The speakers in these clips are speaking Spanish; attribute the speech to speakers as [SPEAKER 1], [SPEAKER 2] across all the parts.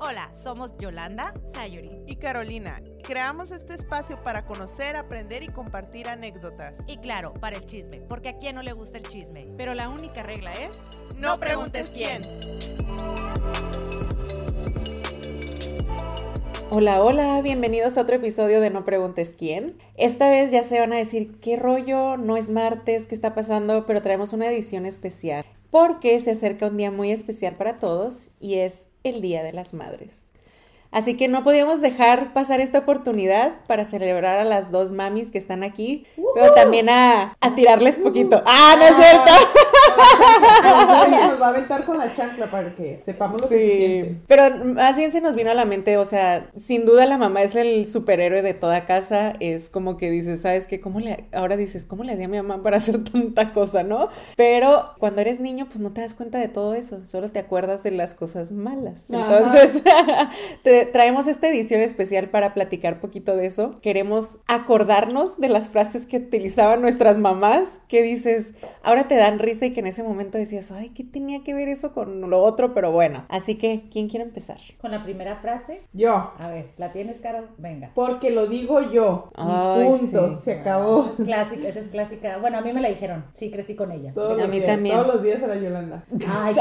[SPEAKER 1] Hola, somos Yolanda, Sayuri
[SPEAKER 2] y Carolina. Creamos este espacio para conocer, aprender y compartir anécdotas.
[SPEAKER 1] y claro, para el chisme, porque a quién no le gusta el chisme.
[SPEAKER 2] Pero la única regla es...
[SPEAKER 1] No preguntes quién.
[SPEAKER 3] Hola, hola, bienvenidos a otro episodio de No Preguntes quién. Esta vez ya se van a decir qué rollo, no es martes, qué está pasando, pero traemos una edición especial porque se acerca un día muy especial para todos y es el Día de las Madres. Así que no podíamos dejar pasar esta oportunidad para celebrar a las dos mamis que están aquí, pero también a, a tirarles poquito. ¡Ah, no es cierto!
[SPEAKER 2] nos va a aventar con la chancla para que sepamos lo que se
[SPEAKER 3] Sí,
[SPEAKER 2] siente.
[SPEAKER 3] pero más bien se nos vino a la mente, o sea, sin duda la mamá es el superhéroe de toda casa, es como que dices, ¿sabes qué? ¿Cómo le, ahora dices, ¿cómo le hacía mi mamá para hacer tanta cosa, no? Pero cuando eres niño, pues no te das cuenta de todo eso, solo te acuerdas de las cosas malas.
[SPEAKER 2] Ajá.
[SPEAKER 3] Entonces, te- traemos esta edición especial para platicar poquito de eso. Queremos acordarnos de las frases que utilizaban nuestras mamás, que dices, ahora te dan risa y que en ese momento decías, ay, ¿qué tenía que ver eso con lo otro? Pero bueno, así que, ¿quién quiere empezar?
[SPEAKER 4] Con la primera frase,
[SPEAKER 2] Yo.
[SPEAKER 4] a ver, ¿la tienes, Caro? Venga.
[SPEAKER 2] Porque lo digo yo. Y
[SPEAKER 3] Ay,
[SPEAKER 2] punto.
[SPEAKER 3] sí.
[SPEAKER 2] Se acabó.
[SPEAKER 4] Es clásica, esa es clásica. Bueno, a mí me la dijeron. Sí, crecí con ella.
[SPEAKER 2] Todos los
[SPEAKER 3] mí
[SPEAKER 2] días,
[SPEAKER 3] también.
[SPEAKER 2] Todos los días a la Yolanda.
[SPEAKER 4] Ay, qué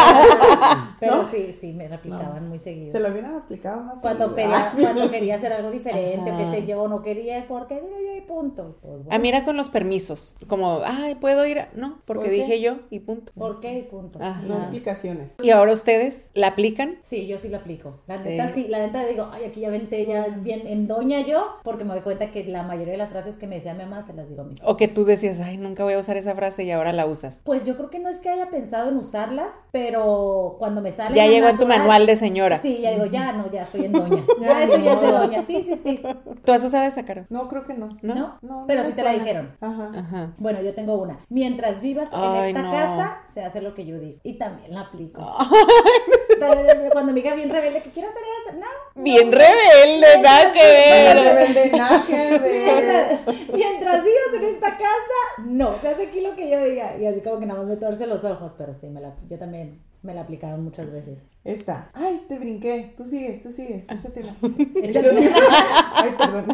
[SPEAKER 4] grosera. Pero
[SPEAKER 2] Ah, ¿No?
[SPEAKER 4] sí, sí, me la aplicaban
[SPEAKER 2] No.
[SPEAKER 4] muy
[SPEAKER 2] Se
[SPEAKER 4] seguido.
[SPEAKER 2] lo hubieran aplicado más.
[SPEAKER 4] Cuando,
[SPEAKER 2] seguido.
[SPEAKER 4] pedía-
[SPEAKER 2] Ah, sí.
[SPEAKER 4] cuando quería hacer algo diferente, o qué
[SPEAKER 3] Ajá.
[SPEAKER 4] sé yo, no quería, porque digo yo y punto. Pues, bueno,
[SPEAKER 3] A mí era Ah, con los permisos, como, ay, ¿puedo ir? a-?" No, porque
[SPEAKER 4] ¿Por qué?
[SPEAKER 3] dije yo y punto.
[SPEAKER 4] ¿Por qué y punto?
[SPEAKER 3] Ajá.
[SPEAKER 2] No explicaciones.
[SPEAKER 3] Y ahora ustedes la aplican.
[SPEAKER 4] Sí, yo sí la aplico. La
[SPEAKER 3] Sí.
[SPEAKER 4] neta sí, la neta digo, ay, aquí ya vente, ya bien endoña yo, porque me doy cuenta que la mayoría de las frases que me decía mi mamá se las digo a mis hijos.
[SPEAKER 3] O que tú decías, ay, nunca voy a usar esa frase y ahora la usas.
[SPEAKER 4] Pues yo creo que no es que haya pensado en usarlas, pero cuando me sale.
[SPEAKER 3] Ya
[SPEAKER 4] lo
[SPEAKER 3] llegó en tu
[SPEAKER 4] natural-
[SPEAKER 3] manual de señora.
[SPEAKER 4] Sí, ya digo, ya no, ya estoy en doña.
[SPEAKER 2] Ya,
[SPEAKER 4] ya, esto ya es de
[SPEAKER 2] no.
[SPEAKER 4] doña. Sí, sí, sí.
[SPEAKER 3] ¿Tú has usado esa, Caro?
[SPEAKER 2] No, creo que no.
[SPEAKER 3] ¿No?
[SPEAKER 4] ¿No?
[SPEAKER 2] No,
[SPEAKER 4] pero
[SPEAKER 2] no
[SPEAKER 4] sí
[SPEAKER 2] me
[SPEAKER 4] te la
[SPEAKER 2] suena.
[SPEAKER 4] dijeron.
[SPEAKER 2] Ajá.
[SPEAKER 3] Ajá.
[SPEAKER 4] Bueno, yo tengo una. Mientras vivas en
[SPEAKER 3] Ay,
[SPEAKER 4] esta
[SPEAKER 3] no.
[SPEAKER 4] casa, se hace lo que yo digo. Y también la aplico. Cuando me diga bien rebelde que quiero hacer esto, no.
[SPEAKER 3] Bien rebelde, nada que
[SPEAKER 2] Nada que
[SPEAKER 3] ver.
[SPEAKER 2] ver, nada que ver.
[SPEAKER 4] Mientras vivas en esta casa, no. Se hace aquí lo que yo diga. Y así como que nada más me torce los ojos, pero sí, me la, yo también me la aplicaron muchas veces.
[SPEAKER 2] Esta. Ay, te brinqué. Tú sigues, tú sigues. Échatela.
[SPEAKER 4] Ah. Échatela.
[SPEAKER 2] Ay, perdón.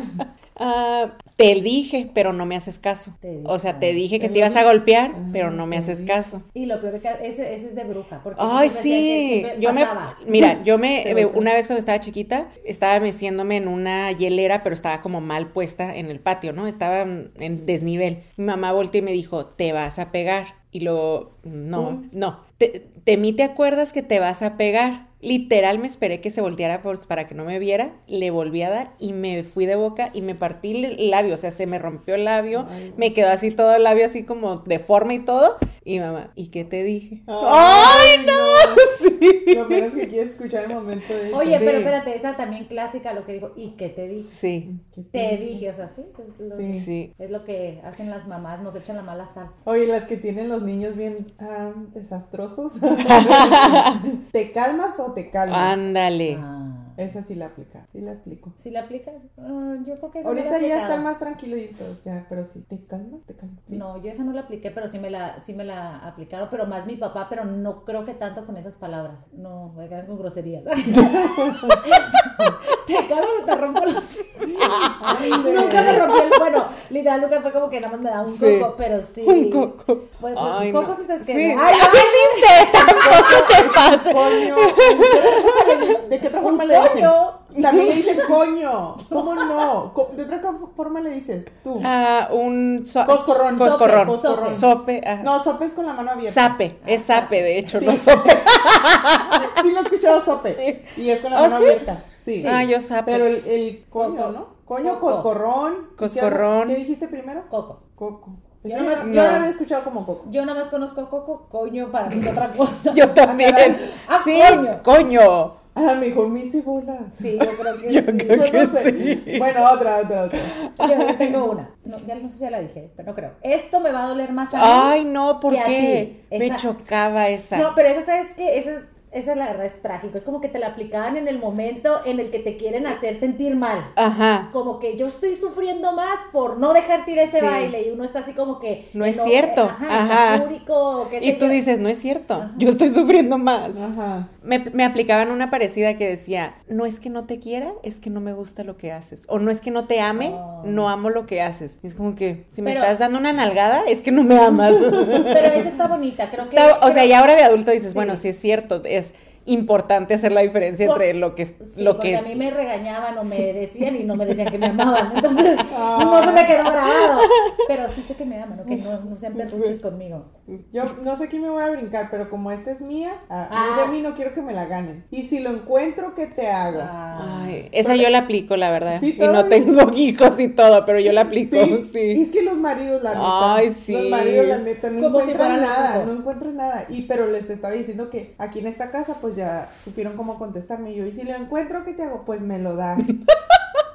[SPEAKER 3] Ah, te dije, pero no me haces caso.
[SPEAKER 4] Te dije.
[SPEAKER 3] O sea, te dije que
[SPEAKER 2] Te
[SPEAKER 3] te ibas a
[SPEAKER 2] dije.
[SPEAKER 3] golpear,
[SPEAKER 2] Ah,
[SPEAKER 3] pero no me
[SPEAKER 2] te
[SPEAKER 3] haces
[SPEAKER 2] dije.
[SPEAKER 3] caso.
[SPEAKER 4] Y lo peor de que ese, ese es de bruja. Porque
[SPEAKER 3] Ay,
[SPEAKER 4] siempre decía que
[SPEAKER 3] sí.
[SPEAKER 4] siempre
[SPEAKER 3] Yo me,
[SPEAKER 4] pasaba.
[SPEAKER 3] mira, yo me,
[SPEAKER 4] Se me
[SPEAKER 3] eh,
[SPEAKER 4] ocurre.
[SPEAKER 3] una vez cuando estaba chiquita, estaba meciéndome en una hielera, pero estaba como mal puesta en el patio, ¿no? Estaba en en desnivel. Mi mamá volteó y me dijo, te vas a pegar. Y luego, no,
[SPEAKER 2] Mm.
[SPEAKER 3] no. Te, de mí te acuerdas que te vas a pegar. Literal me esperé que se volteara por- para que no me viera, le volví a dar y me fui de boca y me partí el labio, o sea, se me rompió el labio,
[SPEAKER 2] Ay.
[SPEAKER 3] me quedó así todo el labio así como deforme y todo. Y mamá, ¿y qué te dije?
[SPEAKER 2] Ay, no. Lo menos que quieres escuchar el momento de.
[SPEAKER 4] Oye,
[SPEAKER 3] Sí.
[SPEAKER 4] pero espérate, esa también clásica, lo que dijo, ¿y qué te dije?
[SPEAKER 3] Sí.
[SPEAKER 4] Te dije, o sea, sí, es, lo-
[SPEAKER 2] Sí.
[SPEAKER 3] Sí.
[SPEAKER 4] es lo que hacen las mamás, nos echan la mala sal.
[SPEAKER 2] Oye, las que tienen los niños bien ah, desastrosos. ¿Te calmas o te calmas?
[SPEAKER 3] Ándale.
[SPEAKER 4] Ah.
[SPEAKER 2] Esa sí la aplica, sí la aplico.
[SPEAKER 4] Si la aplicas, Ah, yo creo que esa no la
[SPEAKER 2] Ahorita ya
[SPEAKER 4] aplicaba.
[SPEAKER 2] están más tranquilitos, ya, pero sí, ¿te calmas? ¿Te calmas? Sí.
[SPEAKER 4] No, yo esa no la apliqué, pero sí me la, sí me la aplicaron, pero más mi papá, pero no creo que tanto con esas palabras. No, me quedan con groserías. te acabo de te rompo los.
[SPEAKER 2] Ay, de-
[SPEAKER 4] Nunca me rompí el. Bueno, literal, nunca fue como que nada más me da un
[SPEAKER 3] Sí.
[SPEAKER 4] coco, pero sí.
[SPEAKER 3] Un coco.
[SPEAKER 4] Bueno, pues
[SPEAKER 3] Ay,
[SPEAKER 4] coco
[SPEAKER 3] no.
[SPEAKER 4] sí se
[SPEAKER 3] Sí.
[SPEAKER 4] esquema. Ay,
[SPEAKER 3] ¿Qué dices? Tampoco te pases.
[SPEAKER 2] Coño. ¿De qué otra forma le- ¿De qué otra forma le dicen?
[SPEAKER 4] coño.
[SPEAKER 2] También le dicen coño. ¿Cómo no? Co- ¿De otra co- forma le dices tú?
[SPEAKER 3] Ah, un so-
[SPEAKER 2] Coscorrón.
[SPEAKER 3] Coscorrón.
[SPEAKER 4] Sope, sope.
[SPEAKER 3] Sope, ah.
[SPEAKER 2] No, sope es con la mano abierta.
[SPEAKER 4] Ah,
[SPEAKER 3] Sape. Es sape, de hecho,
[SPEAKER 2] Sí.
[SPEAKER 3] no sope.
[SPEAKER 2] Ah, Sí lo he escuchado sope. Y es con la
[SPEAKER 3] ¿Oh,
[SPEAKER 2] mano
[SPEAKER 3] sí?
[SPEAKER 2] abierta. Sí.
[SPEAKER 3] Ah, yo sape.
[SPEAKER 2] Pero el, el coño,
[SPEAKER 4] Coco.
[SPEAKER 2] ¿no? Coño,
[SPEAKER 4] Coco.
[SPEAKER 2] coscorrón.
[SPEAKER 3] Coscorrón.
[SPEAKER 2] ¿Qué dijiste primero?
[SPEAKER 4] Coco.
[SPEAKER 2] Coco.
[SPEAKER 4] Yo
[SPEAKER 2] Yo,
[SPEAKER 4] nomás-
[SPEAKER 2] yo
[SPEAKER 3] no.
[SPEAKER 2] la había escuchado como coco.
[SPEAKER 4] Yo nada más conozco a Coco, coño, para mí es otra cosa.
[SPEAKER 3] Yo también.
[SPEAKER 4] Ah,
[SPEAKER 3] sí,
[SPEAKER 4] coño.
[SPEAKER 3] coño.
[SPEAKER 2] A lo mejor Ah, me hice bola.
[SPEAKER 4] Sí, yo creo que
[SPEAKER 3] Yo
[SPEAKER 4] sí.
[SPEAKER 3] creo
[SPEAKER 2] Yo no
[SPEAKER 3] que
[SPEAKER 2] sé.
[SPEAKER 3] sí.
[SPEAKER 2] Bueno, otra, otra, otra.
[SPEAKER 4] Yo, yo tengo una. No, ya no sé si ya la dije, pero no creo. Esto me va a doler más a mí.
[SPEAKER 3] Ay, no, ¿por
[SPEAKER 4] que a
[SPEAKER 3] qué?
[SPEAKER 4] ti.
[SPEAKER 3] Me
[SPEAKER 4] Esa-
[SPEAKER 3] chocaba esa.
[SPEAKER 4] No, pero esa, ¿sabes qué? Esa es esa la verdad es trágico. Es como que te la aplicaban en el momento en el que te quieren hacer sentir mal.
[SPEAKER 3] Ajá.
[SPEAKER 4] Como que yo estoy sufriendo más por no dejarte ir a ese
[SPEAKER 3] Sí.
[SPEAKER 4] baile y uno está así como que...
[SPEAKER 3] No es cierto.
[SPEAKER 4] Ajá,
[SPEAKER 3] Ajá.
[SPEAKER 4] está fúrico, o qué sé
[SPEAKER 3] Y tú
[SPEAKER 4] yo.
[SPEAKER 3] dices, no es cierto, yo estoy sufriendo más.
[SPEAKER 2] Ajá.
[SPEAKER 3] Me, me aplicaban una parecida que decía, no es que no te quiera, es que no me gusta lo que haces. O no es que no te ame,
[SPEAKER 4] Oh.
[SPEAKER 3] no amo lo que haces. Y es como que, si me
[SPEAKER 4] Pero-
[SPEAKER 3] estás dando una nalgada, es que no me amas.
[SPEAKER 4] Pero esa está bonita, creo que...
[SPEAKER 3] Está- o sea, y ahora de adulto dices,
[SPEAKER 4] Sí.
[SPEAKER 3] bueno, sí es cierto, es importante hacer la diferencia
[SPEAKER 4] Por-
[SPEAKER 3] entre lo que es...
[SPEAKER 4] Sí,
[SPEAKER 3] lo
[SPEAKER 4] porque
[SPEAKER 3] que
[SPEAKER 4] a
[SPEAKER 3] es-
[SPEAKER 4] mí me regañaban o me decían y no me decían que me amaban. Entonces,
[SPEAKER 2] Ah.
[SPEAKER 4] no se me quedó grabado. Pero sí sé que me aman, ¿no? Que no, no sean perruchis conmigo.
[SPEAKER 2] Yo no sé quién me voy a brincar, pero como esta es mía, a
[SPEAKER 4] Ah.
[SPEAKER 2] mí de mí no quiero que me la ganen. Y si lo encuentro, ¿qué te hago?
[SPEAKER 4] Ah.
[SPEAKER 3] Ay, esa yo la aplico, la verdad.
[SPEAKER 2] Sí,
[SPEAKER 3] y no
[SPEAKER 2] todavía.
[SPEAKER 3] tengo hijos y todo, pero yo la aplico, sí.
[SPEAKER 2] Sí, y es que los maridos, la neta.
[SPEAKER 3] Ay, sí.
[SPEAKER 2] Los maridos, la neta, no
[SPEAKER 4] Como si
[SPEAKER 2] encuentran
[SPEAKER 4] fueran los
[SPEAKER 2] nada,
[SPEAKER 4] hijos.
[SPEAKER 2] no encuentran nada. Y pero les estaba diciendo que aquí en esta casa, pues ya supieron cómo contestarme. Y yo, y si lo encuentro, ¿qué te hago? Pues me lo das.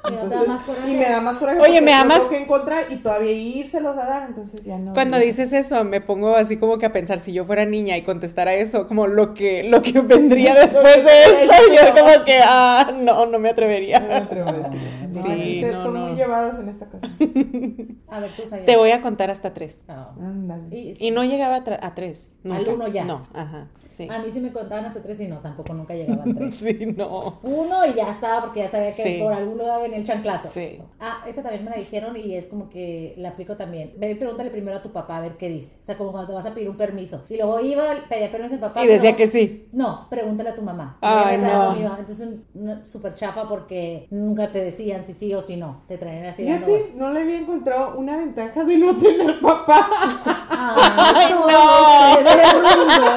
[SPEAKER 4] Pero te da
[SPEAKER 2] Entonces,
[SPEAKER 4] más coraje.
[SPEAKER 2] y me da más coraje
[SPEAKER 3] Oye,
[SPEAKER 2] porque
[SPEAKER 3] ¿me
[SPEAKER 2] los
[SPEAKER 3] amas?
[SPEAKER 2] tengo que encontrar y todavía írselos a dar, entonces ya no.
[SPEAKER 3] Cuando
[SPEAKER 2] no.
[SPEAKER 3] dices eso, me pongo así como que a pensar si yo fuera niña y contestara eso, como lo que, lo que vendría después de eso, y yo como que, ah, no, no me
[SPEAKER 2] No me
[SPEAKER 3] atrevería.
[SPEAKER 2] atrevo a decir eso. No,
[SPEAKER 3] Sí,
[SPEAKER 2] aquí se-
[SPEAKER 3] no,
[SPEAKER 2] son
[SPEAKER 3] no.
[SPEAKER 2] muy llevados en esta casa.
[SPEAKER 4] A ver, tú, Ah. Sayuri.
[SPEAKER 3] Te voy a contar hasta tres.
[SPEAKER 4] No.
[SPEAKER 2] Ándale.
[SPEAKER 4] Y-
[SPEAKER 3] Y no llegaba a, tra- a tres. nunca.
[SPEAKER 4] Al uno ya.
[SPEAKER 3] No, ajá, sí.
[SPEAKER 4] A mí sí me contaban hasta tres y no, tampoco nunca llegaba a tres.
[SPEAKER 3] Sí, no.
[SPEAKER 4] Uno y ya estaba porque ya sabía que
[SPEAKER 3] Sí.
[SPEAKER 4] por algún lugar venía el chanclazo.
[SPEAKER 3] Sí.
[SPEAKER 4] Ah, esa también me la dijeron y es como que la aplico también. Bebé, pregúntale primero a tu papá a ver qué dice. O sea, como cuando vas a pedir un permiso. Y luego iba, pedía permiso a mi papá.
[SPEAKER 3] Y decía
[SPEAKER 4] pero-
[SPEAKER 3] que sí.
[SPEAKER 4] No, pregúntale a tu mamá.
[SPEAKER 3] Ay,
[SPEAKER 4] Esa era
[SPEAKER 3] no.
[SPEAKER 4] mi mamá. Entonces, una- súper chafa porque nunca te decían si sí o si no. Te traían así dando vueltas.
[SPEAKER 2] Fíjate, no le había encontrado una ventaja de no tener papá.
[SPEAKER 4] Ay,
[SPEAKER 3] no.
[SPEAKER 4] no, ese ruido.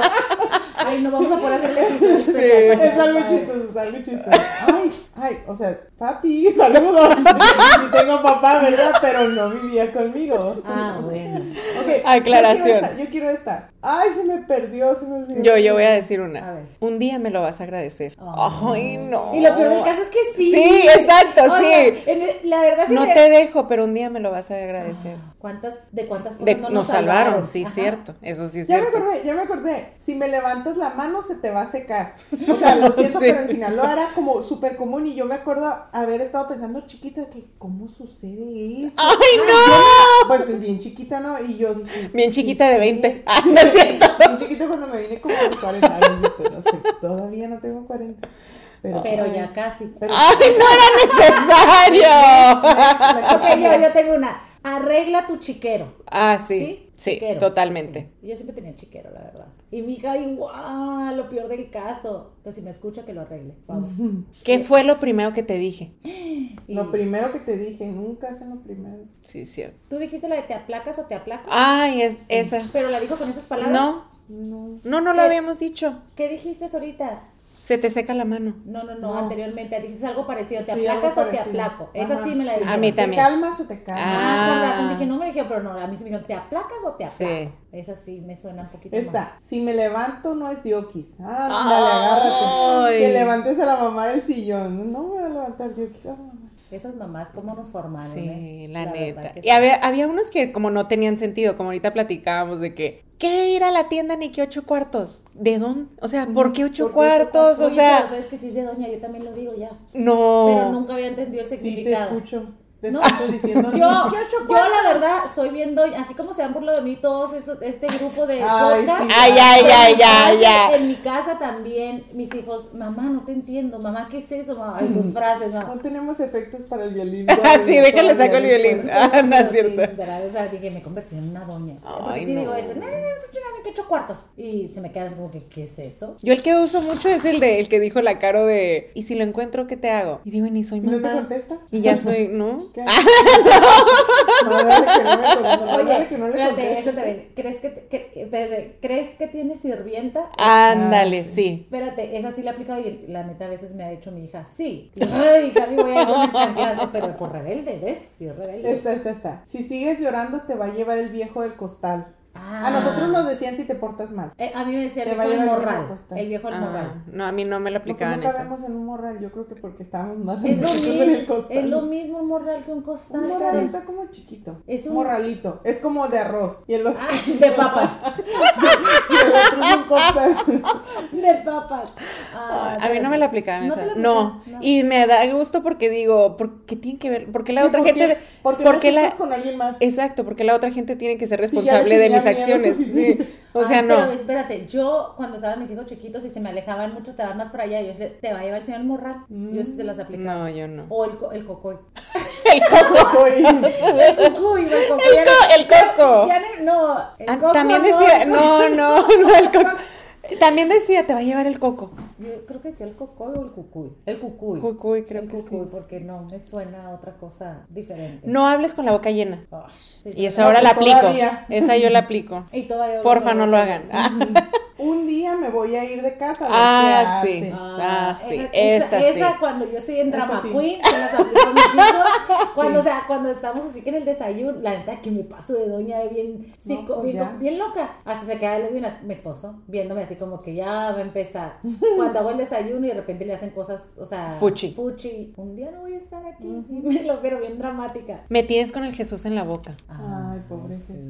[SPEAKER 4] Ay, no vamos a poder hacerle episodio especial.
[SPEAKER 2] Es algo chistoso, es algo chistoso. Ay, ay, o sea, papi, saludos. Sí tengo papá, ¿verdad? Pero no vivía conmigo.
[SPEAKER 4] Ah, bueno.
[SPEAKER 2] Ok,
[SPEAKER 3] Aclaración.
[SPEAKER 2] Yo quiero, esta, yo quiero esta. Ay, se me perdió, se me olvidó.
[SPEAKER 3] Yo, yo voy a decir
[SPEAKER 4] A
[SPEAKER 3] una.
[SPEAKER 4] ver.
[SPEAKER 3] Un día me lo vas a agradecer.
[SPEAKER 4] Oh.
[SPEAKER 3] Ay, no.
[SPEAKER 4] Y lo peor del caso es que sí.
[SPEAKER 3] Sí, exacto, sí.
[SPEAKER 4] Oigan, en- e, la verdad sí
[SPEAKER 3] No
[SPEAKER 4] que-
[SPEAKER 3] te dejo, pero un día me lo vas a agradecer.
[SPEAKER 4] ¿Cuántas, ¿De cuántas cosas
[SPEAKER 3] De-
[SPEAKER 4] Ah. no
[SPEAKER 3] nos salvaron, sí,
[SPEAKER 4] Ajá.
[SPEAKER 3] cierto. Eso sí es
[SPEAKER 2] Ya me
[SPEAKER 3] cierto.
[SPEAKER 2] acordé, ya me acordé. Si me levantas la mano se te va a secar. O sea, lo siento,
[SPEAKER 3] Sí.
[SPEAKER 2] pero en Sinaloa era como súper común y yo me acuerdo haber estado pensando chiquita que cómo sucede eso.
[SPEAKER 3] ¡Ay,
[SPEAKER 2] Yo- pues es bien chiquita, ¿no? Y yo dije.
[SPEAKER 3] ¡Ah! Bien chiquita
[SPEAKER 2] sí,
[SPEAKER 3] de
[SPEAKER 2] sí.
[SPEAKER 3] 20. Ah, no es cierto.
[SPEAKER 2] Bien chiquita cuando me vine como a los 40 años. dije, No sé, todavía no tengo 40. Pero, sí.
[SPEAKER 4] Pero ya casi.
[SPEAKER 2] Pero-
[SPEAKER 3] ¡Ay, no era necesario!
[SPEAKER 2] La
[SPEAKER 4] Ok,
[SPEAKER 2] cosa-
[SPEAKER 4] yo, yo tengo una. Arregla tu chiquero.
[SPEAKER 3] Ah, sí, sí,
[SPEAKER 4] Chiquero,
[SPEAKER 3] totalmente.
[SPEAKER 4] sí. Yo siempre tenía el chiquero, la verdad. Y mi hija igual, lo peor del caso. Pues si me escucha, que lo arregle, por favor.
[SPEAKER 3] ¿Qué fue lo primero que te dije?
[SPEAKER 4] Y-
[SPEAKER 2] Lo primero que te dije, nunca hacen lo primero.
[SPEAKER 3] Sí, es cierto.
[SPEAKER 4] ¿Tú dijiste la de te aplacas o te aplaco?
[SPEAKER 3] Ay, es, Ah, esa.
[SPEAKER 4] Pero la dijo con esas palabras.
[SPEAKER 3] No,
[SPEAKER 2] No.
[SPEAKER 3] no, no lo
[SPEAKER 4] ¿Qué?
[SPEAKER 3] habíamos dicho.
[SPEAKER 4] ¿Qué dijiste ahorita?
[SPEAKER 3] Se te seca la mano.
[SPEAKER 4] No, no, no,
[SPEAKER 2] No.
[SPEAKER 4] anteriormente dijiste algo parecido. ¿Te
[SPEAKER 2] Sí, algo
[SPEAKER 4] aplacas o te
[SPEAKER 2] parecido.
[SPEAKER 4] aplaco? Esa
[SPEAKER 2] Ajá.
[SPEAKER 4] sí me la
[SPEAKER 2] A
[SPEAKER 4] dijeron.
[SPEAKER 3] mí
[SPEAKER 2] ¿Te
[SPEAKER 3] También.
[SPEAKER 2] calmas o te calmas?
[SPEAKER 4] Ah, con
[SPEAKER 3] Ah.
[SPEAKER 4] razón. Dije, no me dijeron, pero no, a mí sí me dijeron, ¿te aplacas o te aplaco?
[SPEAKER 3] Sí.
[SPEAKER 4] Esa sí me suena un poquito más.
[SPEAKER 2] Esta, si me levanto no es diokis. Ándale,
[SPEAKER 3] Ay.
[SPEAKER 2] agárrate. Que levantes a la mamá del sillón. No me voy a levantar diokis. Ah, mamá.
[SPEAKER 4] Esas mamás, ¿cómo nos formaron?
[SPEAKER 3] Sí,
[SPEAKER 4] eh?
[SPEAKER 3] la,
[SPEAKER 4] verdad
[SPEAKER 3] neta.
[SPEAKER 4] que
[SPEAKER 3] Y había, había unos que como no tenían sentido, como ahorita platicábamos de que, ¿qué ir a la tienda ni qué ocho cuartos? ¿De dónde? O sea, ¿por qué ocho
[SPEAKER 2] ¿Por qué ocho
[SPEAKER 3] cuartos?
[SPEAKER 2] cuartos?
[SPEAKER 3] pues, O
[SPEAKER 4] Oye,
[SPEAKER 3] sea,
[SPEAKER 4] pero sabes que sí es de doña, yo también lo digo ya.
[SPEAKER 3] no.
[SPEAKER 4] Pero nunca había entendido el
[SPEAKER 2] Sí, te
[SPEAKER 4] significado.
[SPEAKER 2] escucho. Te
[SPEAKER 4] No.
[SPEAKER 2] escucho diciendo.
[SPEAKER 4] Yo,
[SPEAKER 2] "¿Qué ocho
[SPEAKER 4] yo
[SPEAKER 2] cuartos?".
[SPEAKER 4] la verdad soy bien doña, así como se han burlado de mí todos estos- este grupo de
[SPEAKER 2] Ay,
[SPEAKER 4] podcast.
[SPEAKER 2] sí.
[SPEAKER 3] Ay, ay,
[SPEAKER 4] Pero en
[SPEAKER 3] ay,
[SPEAKER 4] mi
[SPEAKER 3] ay,
[SPEAKER 4] casa-
[SPEAKER 3] ay.
[SPEAKER 4] En mi casa también, mis hijos, mamá, no te entiendo, mamá, ¿qué es eso? Mamá? Ay, tus frases, mamá.
[SPEAKER 2] Mm. No tenemos efectos para el violín.
[SPEAKER 3] Ah, Sí, déjale, saco el
[SPEAKER 2] Todavía
[SPEAKER 3] violín.
[SPEAKER 2] después.
[SPEAKER 3] Ah, no
[SPEAKER 4] Pero
[SPEAKER 3] es
[SPEAKER 4] sí,
[SPEAKER 3] cierto.
[SPEAKER 4] literal, o sea, dije, me convertí en una doña. Porque
[SPEAKER 3] Ay,
[SPEAKER 4] sí digo
[SPEAKER 3] no.
[SPEAKER 4] eso, no, no, no, estoy chingando, que ocho cuartos. Y se me quedan así como que, ¿qué es eso?
[SPEAKER 3] Yo el que uso mucho es el de el que dijo la caro de ¿y si lo encuentro qué te hago? Y digo, ni soy
[SPEAKER 2] ¿No
[SPEAKER 3] mamá.
[SPEAKER 2] te contesta?
[SPEAKER 3] Ah, Y ya soy, ¿no?
[SPEAKER 2] ¿Qué? Más vale que no me conteste, más vale
[SPEAKER 4] Oye,
[SPEAKER 2] que no le
[SPEAKER 4] espérate,
[SPEAKER 2] contestes. ¿eh?
[SPEAKER 4] eso también. ¿Crees que, te- que- espérate, ¿crees que tienes sirvienta?
[SPEAKER 3] Ándale,
[SPEAKER 2] Ah,
[SPEAKER 3] sí.
[SPEAKER 2] sí.
[SPEAKER 4] Espérate, esa sí la he aplicado y la neta a veces me ha dicho mi hija, sí. Y, Ay, casi voy a ir con el chanclazo, pero por rebelde, ¿ves? Sí, es rebelde.
[SPEAKER 2] Esta, esta, esta. Si sigues llorando, te va a llevar el viejo del costal.
[SPEAKER 4] Ah.
[SPEAKER 2] A nosotros nos decían si te portas mal.
[SPEAKER 4] Eh, a mí me decía el
[SPEAKER 2] Te va
[SPEAKER 4] viejo el
[SPEAKER 2] a llevar el
[SPEAKER 4] morral.
[SPEAKER 2] costal.
[SPEAKER 4] El viejo el
[SPEAKER 3] Ah,
[SPEAKER 4] morral.
[SPEAKER 3] no, a mí no me lo
[SPEAKER 2] Porque no
[SPEAKER 3] aplicaban eso.
[SPEAKER 2] cabemos en un morral, yo creo que porque estábamos más
[SPEAKER 4] Es lo,
[SPEAKER 2] revueltos en el
[SPEAKER 4] mismo,
[SPEAKER 2] costal.
[SPEAKER 4] es lo mismo un morral que un costal.
[SPEAKER 2] Un morral
[SPEAKER 4] cabrón.
[SPEAKER 2] está como chiquito.
[SPEAKER 4] Es
[SPEAKER 2] Es
[SPEAKER 4] un-
[SPEAKER 2] un morralito. Es como de arroz. Y el otro,
[SPEAKER 4] Ah, de Ah, papas.
[SPEAKER 2] y el otro es un helicóptero.
[SPEAKER 4] De papas. Ah,
[SPEAKER 3] Ay, a
[SPEAKER 4] pero
[SPEAKER 3] mí no
[SPEAKER 4] sí.
[SPEAKER 3] me la aplicaban
[SPEAKER 4] ¿No
[SPEAKER 3] esa.
[SPEAKER 4] te la
[SPEAKER 3] no.
[SPEAKER 4] aplicaban?
[SPEAKER 3] Y me da gusto porque digo, ¿por qué tiene que ver? ¿Por qué la otra gente de-
[SPEAKER 2] Porque,
[SPEAKER 3] por
[SPEAKER 2] no
[SPEAKER 3] qué la
[SPEAKER 2] estás con alguien más.
[SPEAKER 3] Exacto, porque la otra gente tiene que
[SPEAKER 2] ya
[SPEAKER 3] ser
[SPEAKER 2] le
[SPEAKER 3] responsable de
[SPEAKER 2] tenía miedo
[SPEAKER 3] mis acciones. sí.
[SPEAKER 2] suficiente.
[SPEAKER 3] O sea,
[SPEAKER 4] Ay,
[SPEAKER 3] no.
[SPEAKER 4] Ah, Pero espérate, yo cuando estaban mis hijos chiquitos y se me alejaban mucho, te van más para allá, yo decía, te va a llevar el señor Morral. Yo sí se las aplicaba.
[SPEAKER 3] No, yo no.
[SPEAKER 4] O el, co- el cocoy.
[SPEAKER 3] El coco.
[SPEAKER 4] El cocoy, no, el cocoy.
[SPEAKER 3] El co- el coco.
[SPEAKER 4] Ya no- no, el
[SPEAKER 3] Ah,
[SPEAKER 4] coco
[SPEAKER 3] También
[SPEAKER 4] no,
[SPEAKER 3] decía,
[SPEAKER 4] el coco.
[SPEAKER 3] no, no, no, el coco. También decía, te va a llevar el coco.
[SPEAKER 4] Yo creo que decía el cocoy o el cucuy. El cucuy.
[SPEAKER 3] Cucuy, creo
[SPEAKER 4] el
[SPEAKER 3] que sí.
[SPEAKER 4] cucuy, porque no me suena a otra cosa diferente.
[SPEAKER 3] No hables con la boca llena.
[SPEAKER 4] Ay, sí, sí,
[SPEAKER 3] Y esa
[SPEAKER 4] no.
[SPEAKER 3] ahora la aplico.
[SPEAKER 2] Todavía.
[SPEAKER 3] Esa yo la aplico.
[SPEAKER 4] Y todavía-
[SPEAKER 3] Porfa, no lo hagan. Ah,
[SPEAKER 2] Un día me voy a ir de casa.
[SPEAKER 3] Ah,
[SPEAKER 2] A ver qué
[SPEAKER 3] sí.
[SPEAKER 2] hacen.
[SPEAKER 3] Ah, sí, esa sí.
[SPEAKER 4] esa cuando yo estoy en
[SPEAKER 2] Esa
[SPEAKER 4] drama
[SPEAKER 2] sí.
[SPEAKER 4] queen, se las aplico a mis hijos. Cuando, o sea, cuando estamos así que en el desayuno, la neta que me paso de doña de bien, psico-
[SPEAKER 2] pues
[SPEAKER 4] bien,
[SPEAKER 2] ya.
[SPEAKER 4] bien loca. Hasta se queda lesbiana, mi esposo, viéndome así como que ya va a empezar. Cuando hago el desayuno y de repente le hacen cosas, o sea,
[SPEAKER 3] Fuchi.
[SPEAKER 4] fuchi. Un día no voy a estar aquí, Me lo- pero bien dramática. Ah,
[SPEAKER 3] Me tienes con el Jesús en la boca.
[SPEAKER 2] Ay, pobre Jesús.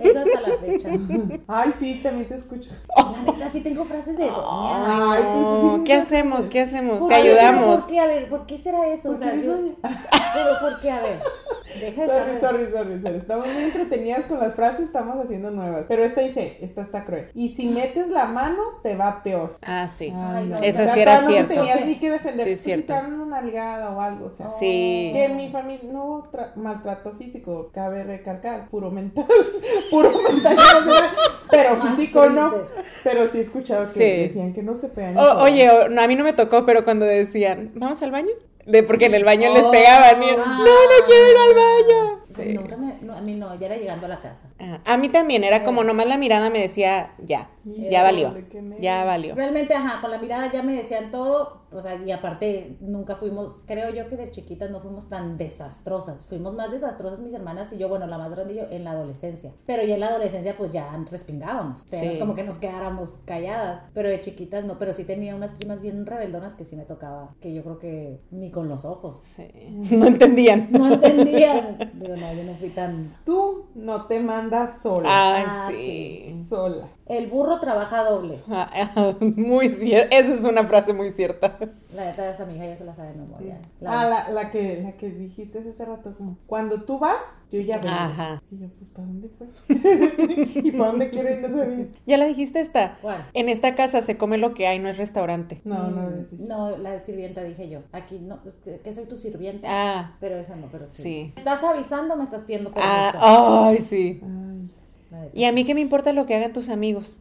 [SPEAKER 4] Es hasta la fecha.
[SPEAKER 2] Ay, sí, también te escucho.
[SPEAKER 4] La neta sí tengo frases de doña.
[SPEAKER 2] Ay, pues,
[SPEAKER 3] No,
[SPEAKER 2] tú
[SPEAKER 3] Oh, ¿Qué
[SPEAKER 2] tienes-
[SPEAKER 3] hacemos? ¿Qué hacemos?
[SPEAKER 4] ¿Por
[SPEAKER 3] Te
[SPEAKER 4] qué? Pero
[SPEAKER 3] ayudamos.
[SPEAKER 4] ¿Por qué? A ver, ¿por qué será eso? O
[SPEAKER 2] ¿Por
[SPEAKER 4] sea,
[SPEAKER 2] qué
[SPEAKER 4] yo-
[SPEAKER 2] soy-
[SPEAKER 4] Pero ¿por qué? A ver, deja de
[SPEAKER 2] Sorry,
[SPEAKER 4] estar...
[SPEAKER 2] sorry, sorry, sorry. Estamos muy entretenidas con las frases, estamos haciendo nuevas. Pero esta dice, esta está cruel. Y si metes la mano, te va peor.
[SPEAKER 3] Ah, sí.
[SPEAKER 4] Ay, no.
[SPEAKER 3] Esa
[SPEAKER 2] O sea,
[SPEAKER 3] sí era
[SPEAKER 2] no
[SPEAKER 3] cierto.
[SPEAKER 2] No tenías ni que defender.
[SPEAKER 3] Sí,
[SPEAKER 2] Pues,
[SPEAKER 3] cierto.
[SPEAKER 2] Si te dan una nalgada o algo, o sea.
[SPEAKER 3] Sí.
[SPEAKER 2] Que en mi familia no hubo tra- maltrato físico, cabe recalcar, puro mental, puro mental, o sea, pero
[SPEAKER 4] Más
[SPEAKER 2] físico no,
[SPEAKER 4] triste.
[SPEAKER 2] pero sí he escuchado que
[SPEAKER 3] Sí.
[SPEAKER 2] decían que no se pegan.
[SPEAKER 3] O- Oh, oye, o- no, a mí no me tocó, pero cuando decían, ¿vamos al baño? De porque en el baño les
[SPEAKER 2] Oh.
[SPEAKER 3] pegaban y no, no quiero ir al baño.
[SPEAKER 4] Ah. Ay, nunca me- no, a mí no, ya era llegando a la casa.
[SPEAKER 3] Ah, a mí también era como nomás la mirada me decía, ya, ya valió,
[SPEAKER 2] Híjole, qué miedo.
[SPEAKER 3] ya valió.
[SPEAKER 4] Realmente, ajá, con la mirada ya me decían todo, o sea, y aparte nunca fuimos, creo yo que de chiquitas no fuimos tan desastrosas, fuimos más desastrosas mis hermanas y yo, bueno, la más grande y yo en la adolescencia, pero ya en la adolescencia pues ya respingábamos, o sea, no es
[SPEAKER 3] Sí.
[SPEAKER 4] como que nos quedáramos calladas, pero de chiquitas no, pero sí tenía unas primas bien rebeldonas que sí me tocaba, que yo creo que ni con los ojos.
[SPEAKER 3] Sí. No entendían.
[SPEAKER 4] No entendían. Digo, no, yo no fui tan
[SPEAKER 2] Tú no te mandas sola,
[SPEAKER 3] Ay,
[SPEAKER 4] Ah,
[SPEAKER 3] sí.
[SPEAKER 2] sola.
[SPEAKER 4] El burro trabaja doble.
[SPEAKER 3] Ah, ah, Muy cierto. Esa es una frase muy cierta.
[SPEAKER 4] La neta de esa mi hija ya se la sabe de memoria. La-
[SPEAKER 2] Ah, la, la que, la que dijiste hace rato, como, cuando tú vas, yo ya vengo.
[SPEAKER 3] Ajá.
[SPEAKER 2] Y yo, pues, ¿para dónde fue? ¿Y para dónde quiero ir? No sabía.
[SPEAKER 3] Ya la dijiste esta.
[SPEAKER 4] ¿Cuál?
[SPEAKER 3] En esta casa se come lo que hay, no es restaurante.
[SPEAKER 2] No, no lo
[SPEAKER 4] Mm, No, la de sirvienta dije yo. Aquí no, que soy tu sirvienta.
[SPEAKER 3] Ah,
[SPEAKER 4] Pero esa no, pero sí.
[SPEAKER 3] Sí.
[SPEAKER 4] ¿Estás avisando o me estás pidiendo permiso?
[SPEAKER 3] ah, oh, ay, sí.
[SPEAKER 2] Ay,
[SPEAKER 4] La neta.
[SPEAKER 3] Y a mí que me importa lo que hagan tus amigos.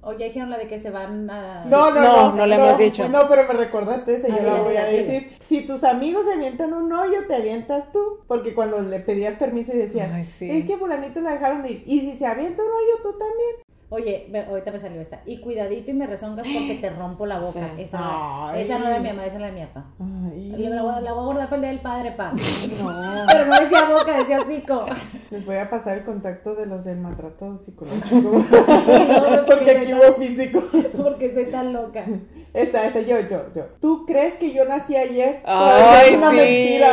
[SPEAKER 4] O ya dijeron la de que se van a...
[SPEAKER 2] No, no,
[SPEAKER 3] No,
[SPEAKER 2] no,
[SPEAKER 3] no la hemos dicho.
[SPEAKER 2] No, pero me recordaste esa,
[SPEAKER 4] Ah,
[SPEAKER 2] yo
[SPEAKER 4] sí,
[SPEAKER 2] la
[SPEAKER 4] ya
[SPEAKER 2] voy
[SPEAKER 4] la
[SPEAKER 2] a
[SPEAKER 4] dije.
[SPEAKER 2] decir. Si tus amigos se avientan un hoyo, te avientas tú. Porque cuando le pedías permiso y decías,
[SPEAKER 3] Ay, sí.
[SPEAKER 2] es que fulanito la dejaron de ir. Y si se avienta un hoyo, tú también.
[SPEAKER 4] Oye, me- ahorita me salió esta. Y cuidadito y me rezongas porque te rompo la boca.
[SPEAKER 3] Sí.
[SPEAKER 4] Esa, no-
[SPEAKER 2] Ay.
[SPEAKER 4] esa no era mi mamá, esa era mi papá.
[SPEAKER 2] Ay,
[SPEAKER 4] La voy, a- la voy a guardar para el día del padre, pa.
[SPEAKER 2] no.
[SPEAKER 4] Pero no decía boca, decía hocico.
[SPEAKER 2] Les voy a pasar el contacto de los del maltrato psicológico.
[SPEAKER 4] porque
[SPEAKER 2] porque aquí hubo físico.
[SPEAKER 4] Porque estoy tan loca.
[SPEAKER 2] Esta, esta, yo, yo, yo. ¿Tú crees que yo nací ayer?
[SPEAKER 3] Ay,
[SPEAKER 2] es una
[SPEAKER 3] sí.
[SPEAKER 2] mentira.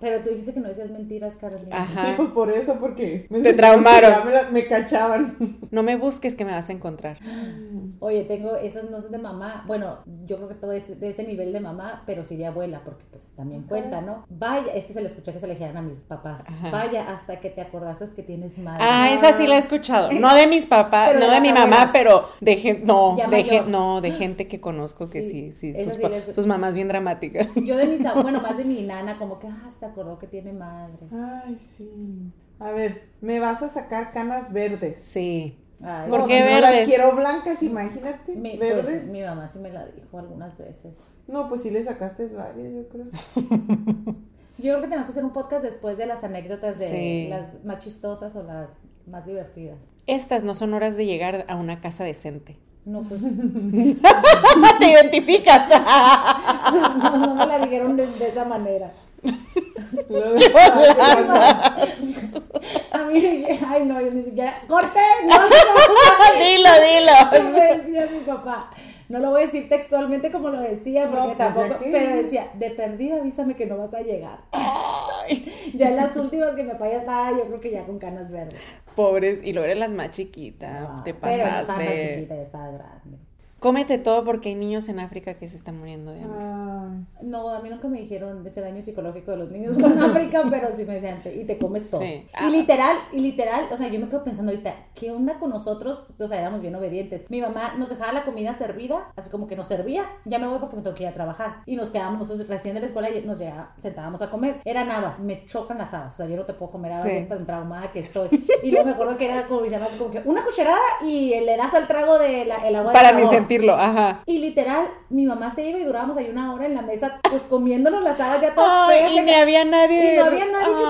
[SPEAKER 4] Pero tú dijiste que no decías mentiras, Carolina.
[SPEAKER 3] Ajá.
[SPEAKER 2] Sí, pues por eso, porque me
[SPEAKER 3] Te
[SPEAKER 2] sentí
[SPEAKER 3] traumaron.
[SPEAKER 2] que ya Me, la- me cachaban.
[SPEAKER 3] No me busques que me vas a encontrar.
[SPEAKER 4] Oye, tengo, esas no son de mamá. Bueno, yo creo que todo es de ese nivel de mamá, pero sí de abuela, porque pues también cuenta, ¿no? Vaya, es que se le escucha que se le dijeran a mis papás.
[SPEAKER 3] Ajá.
[SPEAKER 4] Vaya, hasta que te acordaste que tienes madre.
[SPEAKER 3] Ah, esa sí la he escuchado. No de mis papás,
[SPEAKER 4] Pero de
[SPEAKER 3] no de
[SPEAKER 4] las
[SPEAKER 3] mi mamá,
[SPEAKER 4] abuelas.
[SPEAKER 3] pero de gente, no,
[SPEAKER 4] Ya
[SPEAKER 3] de gen-
[SPEAKER 4] mayor.
[SPEAKER 3] no, de gente que conozco que sí,
[SPEAKER 4] Sí,
[SPEAKER 3] sí,
[SPEAKER 4] esa
[SPEAKER 3] sus,
[SPEAKER 4] sí
[SPEAKER 3] pa-
[SPEAKER 4] la escu-
[SPEAKER 3] sus mamás bien dramáticas.
[SPEAKER 4] Yo de mis, ab- bueno, más de mi nana, como que, ah, se acordó que tiene madre.
[SPEAKER 2] Ay, sí. A ver, me vas a sacar canas verdes.
[SPEAKER 3] Sí.
[SPEAKER 4] Ay,
[SPEAKER 3] ¿Por
[SPEAKER 2] No,
[SPEAKER 3] qué
[SPEAKER 2] si no las
[SPEAKER 3] verdes?
[SPEAKER 2] quiero blancas, imagínate.
[SPEAKER 4] mi, pues,
[SPEAKER 2] verdes.
[SPEAKER 4] mi mamá sí me la dijo algunas veces.
[SPEAKER 2] No, pues sí le sacaste varias, yo creo.
[SPEAKER 4] Yo creo que tenemos que hacer un podcast después de las anécdotas de
[SPEAKER 3] Sí.
[SPEAKER 4] las más chistosas o las más divertidas.
[SPEAKER 3] Estas no son horas de llegar a una casa decente.
[SPEAKER 4] No, pues
[SPEAKER 3] Te identificas.
[SPEAKER 4] no, no me la dijeron de, de esa manera.
[SPEAKER 2] Yolanda.
[SPEAKER 4] A mí, ay no, yo ni siquiera. ¡Corte! No, no,
[SPEAKER 3] dilo, dilo.
[SPEAKER 4] no, me decía mi papá. No lo voy a decir textualmente como lo decía,
[SPEAKER 2] No,
[SPEAKER 4] porque
[SPEAKER 2] pues,
[SPEAKER 4] tampoco.
[SPEAKER 2] ¿ya qué?
[SPEAKER 4] Pero decía, de perdida avísame que no vas a llegar.
[SPEAKER 3] Ay,
[SPEAKER 4] Ya en las últimas que mi papá ya estaba, yo creo que ya con canas verdes.
[SPEAKER 3] pobres. Y luego eres la más chiquita.
[SPEAKER 4] No,
[SPEAKER 3] Ah, te
[SPEAKER 4] Ah, pero no estaba tan
[SPEAKER 3] pasaste.
[SPEAKER 4] chiquita, ya estaba grande.
[SPEAKER 3] Cómete todo porque hay niños en África que se están muriendo de
[SPEAKER 4] Ah,
[SPEAKER 3] hambre.
[SPEAKER 2] Ay.
[SPEAKER 4] No, a mí nunca me dijeron ese daño psicológico de los niños con África, pero sí me decían, "Te- y te comes todo.
[SPEAKER 3] Sí. ah.
[SPEAKER 4] Y literal, y literal, o sea, yo me quedo pensando ahorita, ¿qué onda con nosotros? O sea, éramos bien obedientes. Mi mamá nos dejaba la comida servida, así como que nos servía, ya me voy porque me tengo que ir a trabajar. Y nos quedábamos nosotros recién de la escuela y nos llegaba, sentábamos a comer. Eran habas, me chocan las habas, o sea, yo no te puedo comer habas,
[SPEAKER 3] Sí.
[SPEAKER 4] yo tan traumada que estoy. Y luego me acuerdo que era como, así como que una cucharada y le das al trago del el agua de
[SPEAKER 3] Para em- ni
[SPEAKER 4] sabor.
[SPEAKER 3] sentirlo, ajá.
[SPEAKER 4] Y literal, mi mamá se iba y durábamos ahí una hora en la mesa, pues comiéndonos las habas ya todas feas.
[SPEAKER 3] Ay, y
[SPEAKER 4] ya
[SPEAKER 3] ni
[SPEAKER 4] Pues, que-
[SPEAKER 3] había nadie. Ah.
[SPEAKER 4] y no había nadie que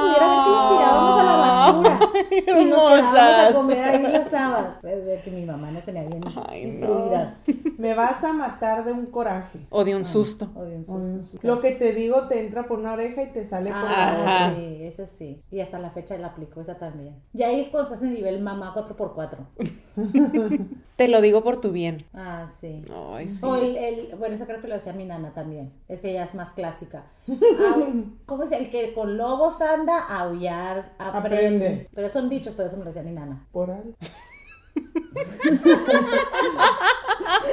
[SPEAKER 4] pudiera ver que las tirábamos a la basura.
[SPEAKER 3] Ay,
[SPEAKER 4] y nos quedábamos a
[SPEAKER 3] hermosas.
[SPEAKER 4] comer ahí las habas. Pues, de que mi mamá nos tenía bien
[SPEAKER 3] Ay, no.
[SPEAKER 4] instruidas.
[SPEAKER 2] Me vas a matar de un coraje.
[SPEAKER 3] O de un susto.
[SPEAKER 4] O de un susto.
[SPEAKER 3] Mm,
[SPEAKER 2] Un- Lo que te digo te entra por una oreja y te sale por la otra.
[SPEAKER 4] Ah,
[SPEAKER 3] Ajá.
[SPEAKER 4] sí, esa sí. Y hasta la fecha la aplicó esa también. Y ahí es cuando se hace nivel mamá 4x4.
[SPEAKER 3] Te lo digo por tu bien.
[SPEAKER 4] Ah, sí.
[SPEAKER 3] Ay, sí.
[SPEAKER 4] O el, el- bueno, eso creo que lo hacía mi nana también. Es que ella es más clásica. Au- ¿Cómo es? El que con lobos anda, aullar, aprende.
[SPEAKER 2] Aprende.
[SPEAKER 4] Pero son dichos, pero eso me lo decía mi nana.
[SPEAKER 2] Por algo.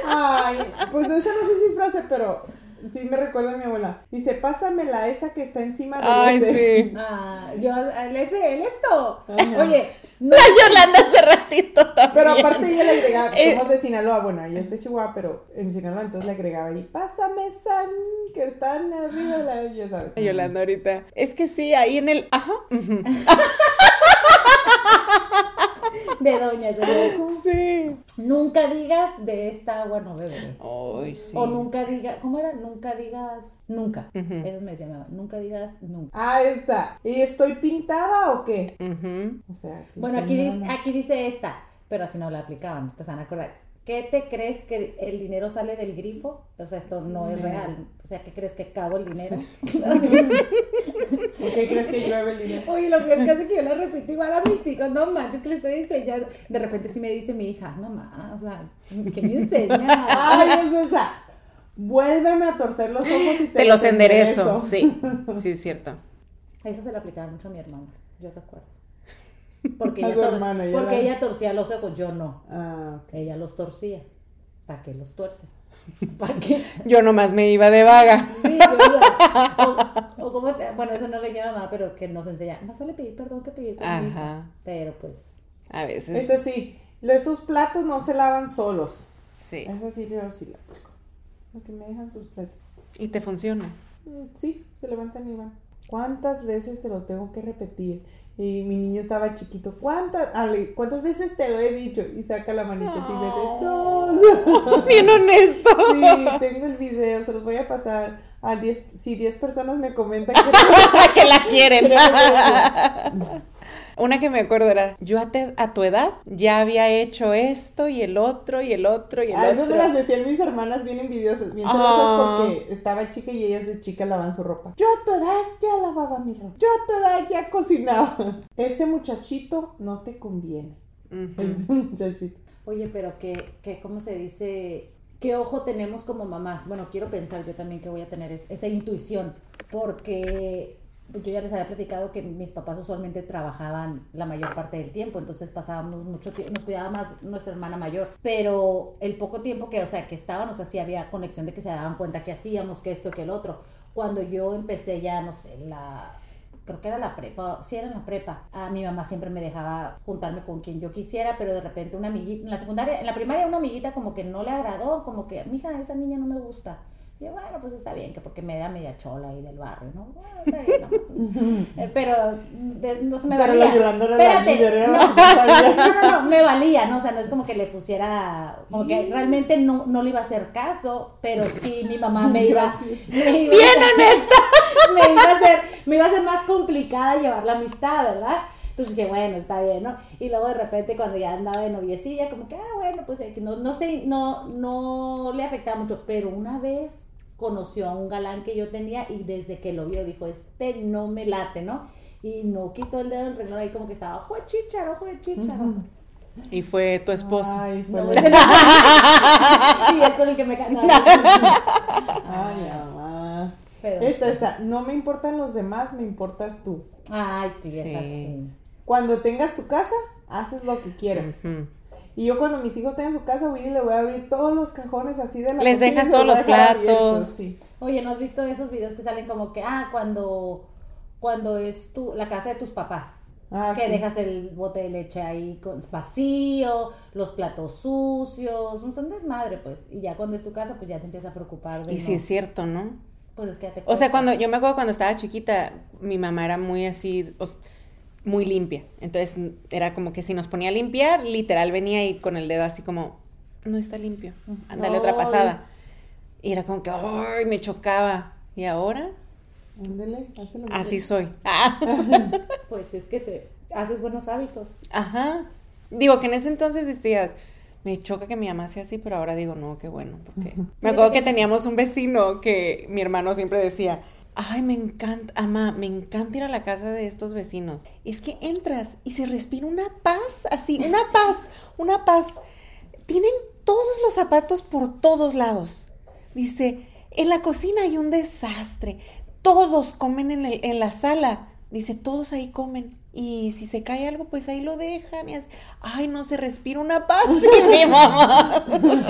[SPEAKER 2] Ay, pues esa no sé si es frase, pero sí me recuerda a mi abuela. Dice, pásamela esa que está encima de
[SPEAKER 3] Ay,
[SPEAKER 2] ese".
[SPEAKER 3] sí.
[SPEAKER 4] Ah, yo, el, ese, el esto. Oye, no,
[SPEAKER 3] Yolanda hace ratito también.
[SPEAKER 2] Pero aparte ella le agregaba,
[SPEAKER 3] Eh.
[SPEAKER 2] somos de Sinaloa, bueno, ella es de Chihuahua, pero en Sinaloa entonces le agregaba y pásame san que están arriba de la, ya sabes.
[SPEAKER 3] Yolanda ahorita. Es que sí, ahí en el. Ajá. ujú.
[SPEAKER 4] de doña, ya lo-
[SPEAKER 3] Sí.
[SPEAKER 4] Nunca digas de esta agua no beberé.
[SPEAKER 3] Ay, sí.
[SPEAKER 4] O nunca digas, ¿cómo era? Nunca digas nunca. Eso me decía mi mamá, nunca digas nunca.
[SPEAKER 2] Ah, está. ¿Y estoy pintada o qué?
[SPEAKER 3] Ujú.
[SPEAKER 2] O sea, sí,
[SPEAKER 4] Bueno,
[SPEAKER 2] está
[SPEAKER 4] aquí
[SPEAKER 2] nada
[SPEAKER 4] dice,
[SPEAKER 2] más.
[SPEAKER 4] aquí dice esta, pero así no la aplicaban, te van a acordar. ¿Qué te crees que el dinero sale del grifo? O sea, esto no es real. O sea, ¿qué crees que cago el dinero?
[SPEAKER 2] ¿Por qué crees que llueve el dinero?
[SPEAKER 4] Oye, lo peor que hace que yo la repito igual a mis hijos, no manches, que le estoy enseñando. De repente sí me dice mi hija, mamá, o sea, ¿qué me enseña?
[SPEAKER 2] Ay, es esa. Vuélveme a torcer los ojos y te,
[SPEAKER 3] Te los enderezo. Sí. Sí, es cierto.
[SPEAKER 4] Eso se lo aplicaba mucho a mi hermana, yo recuerdo. Porque,
[SPEAKER 2] A
[SPEAKER 4] ella,
[SPEAKER 2] tu
[SPEAKER 4] tor-
[SPEAKER 2] hermana, ella
[SPEAKER 4] porque
[SPEAKER 2] la-
[SPEAKER 4] ella torcía los ojos, yo no.
[SPEAKER 2] Ah, ok.
[SPEAKER 4] Ella los torcía. ¿Para qué los tuerce? ¿Para qué?
[SPEAKER 3] Yo nomás me iba de vaga.
[SPEAKER 4] Sí, o sea, o- o como te- bueno, eso no le dije a la mamá, pero que nos enseña. Más vale pedir perdón que pedir permiso.
[SPEAKER 3] Ajá.
[SPEAKER 4] Pero pues,
[SPEAKER 3] A veces.
[SPEAKER 2] Eso sí, lo- esos platos no se lavan solos.
[SPEAKER 3] Sí.
[SPEAKER 2] Eso sí, yo sí la aplico. Porque me dejan sus platos.
[SPEAKER 3] Y te funciona.
[SPEAKER 2] Mm, Sí, se levantan y van. ¿Cuántas veces te lo tengo que repetir? Y mi niño estaba chiquito. ¿Cuántas, Ale, ¿cuántas veces te lo he dicho? Y saca la manita así y me dice, dos.
[SPEAKER 3] Bien honesto.
[SPEAKER 2] Sí, tengo el video, se los voy a pasar. A 10 si 10 personas me comentan que
[SPEAKER 3] que la quieren. Una que me acuerdo era, yo a, te- a tu edad ya había hecho esto y el otro y el otro y el
[SPEAKER 2] A eso
[SPEAKER 3] otro.
[SPEAKER 2] me las decían mis hermanas bien envidiosas, bien
[SPEAKER 3] Ah.
[SPEAKER 2] celosas porque estaba chica y ellas de chica lavan su ropa. Yo a tu edad ya lavaba mi ropa. Yo a tu edad ya cocinaba. Ese muchachito no te conviene.
[SPEAKER 3] Ujú.
[SPEAKER 2] Ese Pues muchachito.
[SPEAKER 4] oye, pero que, que ¿cómo se dice? ¿Qué ojo tenemos como mamás? Bueno, quiero pensar yo también que voy a tener es- esa intuición, porque yo ya les había platicado que mis papás usualmente trabajaban la mayor parte del tiempo, entonces pasábamos mucho tiempo, nos cuidaba más nuestra hermana mayor, pero el poco tiempo que, o sea, que estaban, o sea, sí había conexión de que se daban cuenta que hacíamos, que esto, que el otro. Cuando yo empecé ya, no sé, la creo que era la prepa, sí era en la prepa. A mi mamá siempre me dejaba juntarme con quien yo quisiera, pero de repente una amiguita, en la secundaria, en la primaria una amiguita como que no le agradó, como que, mija, esa niña no me gusta. Y yo, bueno, pues está bien, que porque me era media chola ahí del barrio, ¿no? Bueno, está bien, mamá. Eh, pero de- no se me
[SPEAKER 2] Pero
[SPEAKER 4] valía.
[SPEAKER 2] la Yolanda era la
[SPEAKER 4] Espérate,
[SPEAKER 2] líder, ¿eh? era
[SPEAKER 4] no.
[SPEAKER 2] la que sabía.
[SPEAKER 4] No, no, no, me valía, ¿no? O sea, no es como que le pusiera, como que realmente no, no le iba a hacer caso, pero sí mi mamá me iba,
[SPEAKER 2] Gracias.
[SPEAKER 4] me iba Bien honesta. Me iba a hacer, me iba a hacer más complicada llevar la amistad, ¿verdad? Entonces dije, bueno, está bien, ¿no? Y luego de repente cuando ya andaba de noviecilla, como que, ah, bueno, pues eh, que no, no sé, no, no le afectaba mucho, pero una vez conoció a un galán que yo tenía y desde que lo vio dijo, este no me late, ¿no? Y no quitó el dedo del reloj ahí como que estaba, ojo de chícharo, ojo de chícharo.
[SPEAKER 3] Y fue tu esposo.
[SPEAKER 2] Ay, fue
[SPEAKER 4] No,
[SPEAKER 2] la-
[SPEAKER 4] ese no. y es con el que me ca- no, no, no.
[SPEAKER 2] Ay, mamá.
[SPEAKER 4] Pero-
[SPEAKER 2] Esta, esta. No me importan los demás, me importas tú.
[SPEAKER 4] Ay, sí,
[SPEAKER 3] Sí.
[SPEAKER 4] es así.
[SPEAKER 2] Cuando tengas tu casa, haces lo que quieras.
[SPEAKER 3] Ujú.
[SPEAKER 2] Y yo cuando mis hijos tengan su casa, voy y le voy a abrir todos los cajones así de la
[SPEAKER 3] Les
[SPEAKER 2] cocina y
[SPEAKER 3] dejas
[SPEAKER 2] se
[SPEAKER 3] todos
[SPEAKER 2] voy a
[SPEAKER 3] los
[SPEAKER 2] dejar abiertos,
[SPEAKER 3] platos.
[SPEAKER 2] sí.
[SPEAKER 4] Oye, ¿no has visto esos videos que salen como que, ah, cuando, cuando es tu, la casa de tus papás?
[SPEAKER 2] Ah,
[SPEAKER 4] que
[SPEAKER 2] sí.
[SPEAKER 4] dejas el bote de leche ahí con, vacío, los platos sucios, un son desmadre, pues. Y ya cuando es tu casa, pues ya te empiezas a preocupar. de
[SPEAKER 3] Y
[SPEAKER 4] no,
[SPEAKER 3] sí es cierto, ¿no?
[SPEAKER 4] Pues es que ya te
[SPEAKER 3] O sea,
[SPEAKER 4] cuesta.
[SPEAKER 3] cuando yo me acuerdo cuando estaba chiquita, mi mamá era muy así, o s- muy limpia. Entonces n- era como que si nos ponía a limpiar, literal venía y con el dedo así como, no está limpio, ándale otra
[SPEAKER 2] Ay.
[SPEAKER 3] pasada. Y era como que, ay, me chocaba. Y ahora,
[SPEAKER 2] Ándele, hazlo.
[SPEAKER 3] así soy. Ah.
[SPEAKER 4] Pues es que te haces buenos hábitos.
[SPEAKER 3] Ajá. Digo que en ese entonces decías, me choca que mi mamá sea así, pero ahora digo, no, qué bueno, porque me acuerdo que teníamos un vecino que mi hermano siempre decía, ay, me encanta, mamá, me encanta ir a la casa de estos vecinos. Es que entras y se respira una paz, así, una paz, una paz. Tienen todos los zapatos por todos lados. Dice, en la cocina hay un desastre. Todos comen en, el- en la sala. Dice, todos ahí comen. Y si se cae algo, pues ahí lo dejan. Y así, Ay, no se respira una paz. Y mi mamá.